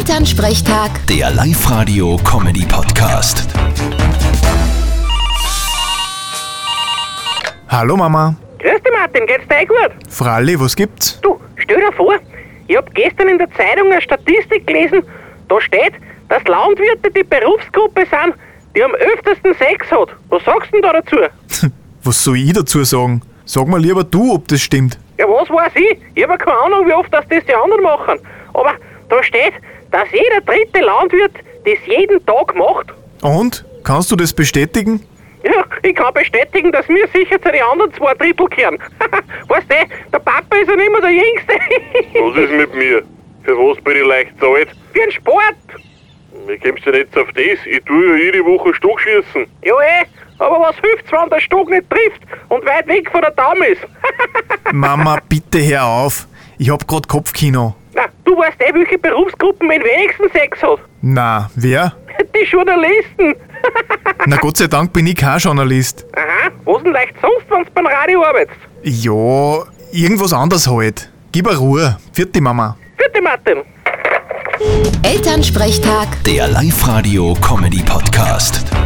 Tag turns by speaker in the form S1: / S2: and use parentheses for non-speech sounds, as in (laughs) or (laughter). S1: Elternsprechtag,
S2: Der Live-Radio-Comedy-Podcast.
S3: Hallo Mama.
S4: Grüß dich Martin, geht's dir eh gut?
S3: Fralli, was gibt's?
S4: Du, stell dir vor, ich hab gestern in der Zeitung eine Statistik gelesen, da steht, dass Landwirte die Berufsgruppe sind, die am öftesten Sex hat. Was sagst du denn da dazu?
S3: Was soll ich dazu sagen? Sag mal lieber du, ob das stimmt.
S4: Ja, was weiß ich? Ich hab ja keine Ahnung, wie oft das, das die anderen machen. Aber da steht, dass jeder dritte Landwirt das jeden Tag macht. (laughs)
S3: Und? Kannst du das bestätigen?
S4: Ja, ich kann bestätigen, dass wir sicher zu den anderen zwei Drittel gehören. (laughs) weißt du, der Papa ist ja nicht mehr der Jüngste. (laughs)
S5: Was ist mit mir? Für was bin ich leicht zu alt?
S4: Für den Sport.
S5: Mir kommst ja nicht auf das. Ich tue ja jede Woche Stock schießen.
S4: Ja, eh, aber was hilft's, wenn der Stock nicht trifft und weit weg von der Dame ist? (laughs)
S3: Mama, (laughs) bitte hör auf. Ich hab grad Kopfkino.
S4: Na, du weißt eh, welche Berufsgruppen am wenigsten Sex hat.
S3: Na, wer?
S4: Die Journalisten.
S3: Na Gott sei Dank bin ich kein Journalist.
S4: Aha, was denn leicht sonst, wenn's beim Radio arbeitest?
S3: Ja, irgendwas anderes halt. Gib a Ruhe. Vierte Mama.
S4: Bitte, Martin.
S1: Elternsprechtag.
S2: Der Live-Radio-Comedy-Podcast.